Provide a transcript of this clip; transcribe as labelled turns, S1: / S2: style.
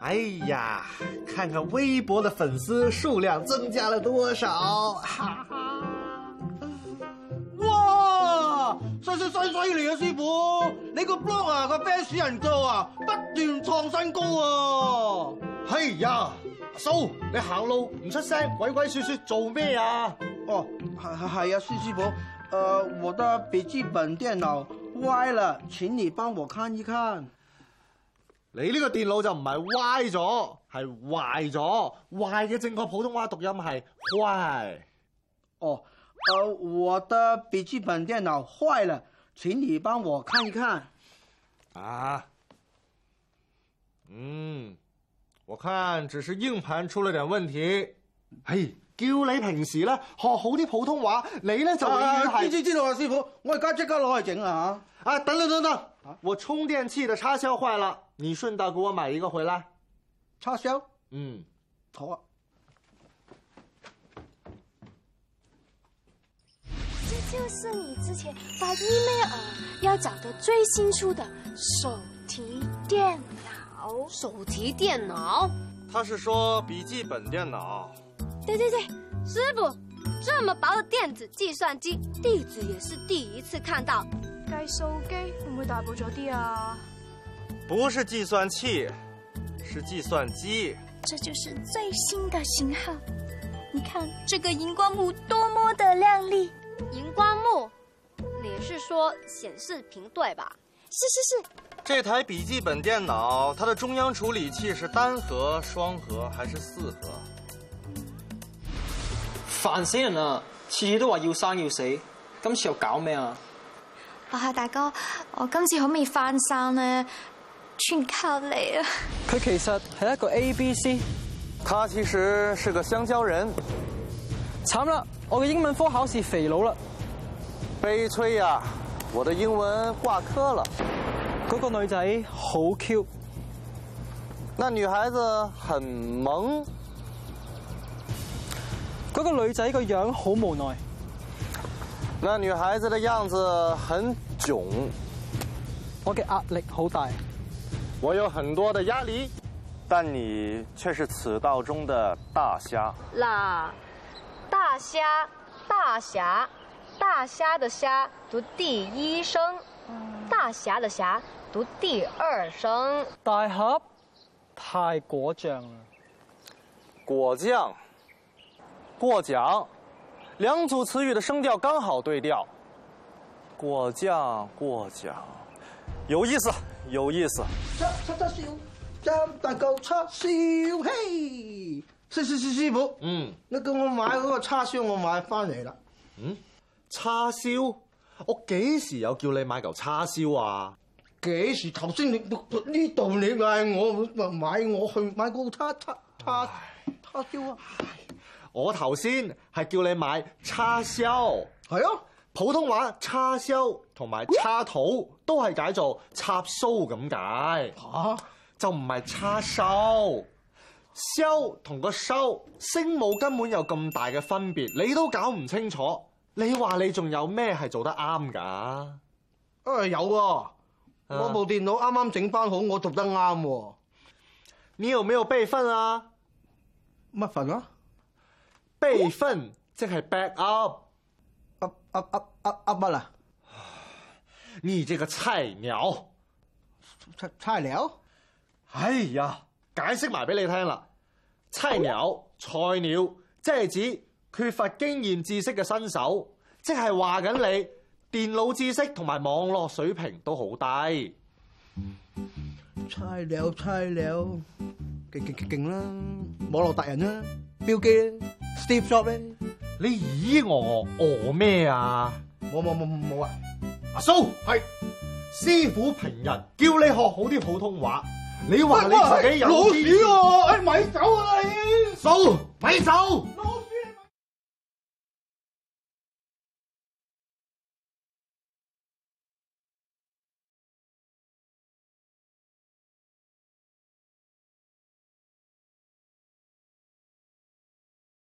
S1: 哎呀，看看微博的粉丝数量增加了多少！ 哈哈，
S2: 哇！西西西西嚟啊，師傅，你個 blog 啊個 fans 人數啊不斷創新高啊！
S1: 哎呀，阿蘇，你行路唔出聲，鬼鬼祟祟做咩啊？
S2: 哦，係係係啊，施師傅，呃，我的筆記本電腦歪了，請你幫我看一看。
S1: 你呢個電腦就唔係歪咗，係壞咗。壞嘅正確普通話讀音係壞。
S2: 哦，呃，我的筆記本電腦壞了，請你幫我看一看。
S1: 啊，嗯，我看只是硬盤出了點問題。嘿，哎叫你平時咧學好啲普通話，你咧就永遠
S2: 啊知
S1: 係
S2: 知知道啊，師傅，我而家即刻攞去整啊嚇！
S1: 啊等等等等，我充電器的插銷壞了，你順道給我買一個回來。
S2: 叉燒，
S1: 嗯，
S2: 好啊。
S3: 这就是你之前发 email 呃要找的最新出的手提电脑。
S4: 手提电脑。
S5: 嗯
S1: 他是說筆記本電腦。
S4: 对对对，师傅，这么薄的电子计算机，弟子也是第一次看到。
S3: 计数机会唔会大部咗啲啊？
S5: 不是计算器，是计算机。
S3: 这就是最新的型号。你看这个荧光幕多么的亮丽！
S4: 荧光幕，你是说显示屏对吧？
S3: 是是是，
S5: 这台笔记本电脑，它的中央处理器是单核、双核还是四核？
S6: 煩死人啦！次次都話要生要死，今次又搞咩啊？
S7: 啊，大哥，我今次可唔可以翻生呢？全靠你啊！
S6: 佢其實係一個 A B C。
S5: 它其实是个香蕉人。
S6: 慘啦！我嘅英文科考試肥佬啦，
S5: 悲催呀、我的英文挂科了。
S6: 嗰、個女仔好 Q，
S5: 那女孩子很萌，
S6: 嗰、個女仔個樣好無奈，
S5: 那女孩子的样子很囧。
S6: 我嘅壓力好大。
S5: 我有很多的压力，但你却是此道中的大虾。
S4: 啦，大虾，大侠，大虾的虾读第一声，大侠的侠读第二声。
S6: 大盒太果醬啦，
S5: 果酱、过奖，两组词语的声调刚好对调。果酱、过奖，有意思，有意思。
S2: 叉叉叉燒，三大嚿叉燒，嘿！師師師師傅，
S1: 嗯
S2: 你叫我買嗰個叉燒，我買翻嚟啦。
S1: 嗯，叉燒，我幾時有叫你買嚿叉燒啊？
S2: 幾時頭先你呢度你嗌我買我去買嗰個叉叉叉叉燒啊？
S1: 我頭先係叫你買叉燒，
S2: 係啊，
S1: 普通話叉燒同埋叉肚都係解做插須咁解，
S2: 嚇！
S1: 就唔係叉燒。燒同個收聲母根本有咁大嘅分別，你都搞唔清楚，你話你仲有咩係做得啱㗎？
S2: 啊有喎，我部電腦啱啱整翻好，我讀得啱喎。
S1: 你有沒有備份啊？
S2: 乜份啊？
S1: 備份即係 back up。
S2: 噏噏噏噏噏乜啊？
S1: 你這個菜鳥！
S2: 差差料？
S1: 哎呀，解釋埋俾你聽啦，菜鳥、菜鳥，即係指缺乏經驗知識嘅新手，即係話緊你電腦知識同埋網絡水平都好低。
S2: 差料差料，勁勁勁勁啦！網絡達人啦，標機啦，Steve Jobs 咧，
S1: 你咦我我我咩啊？
S2: 冇冇冇冇冇啊！
S1: 阿蘇係師傅平日叫你學好啲普通話，你話你自己有
S2: 老
S1: 啲
S2: 鼠啊！哎，咪走啊你！
S1: 蘇咪走。
S2: 老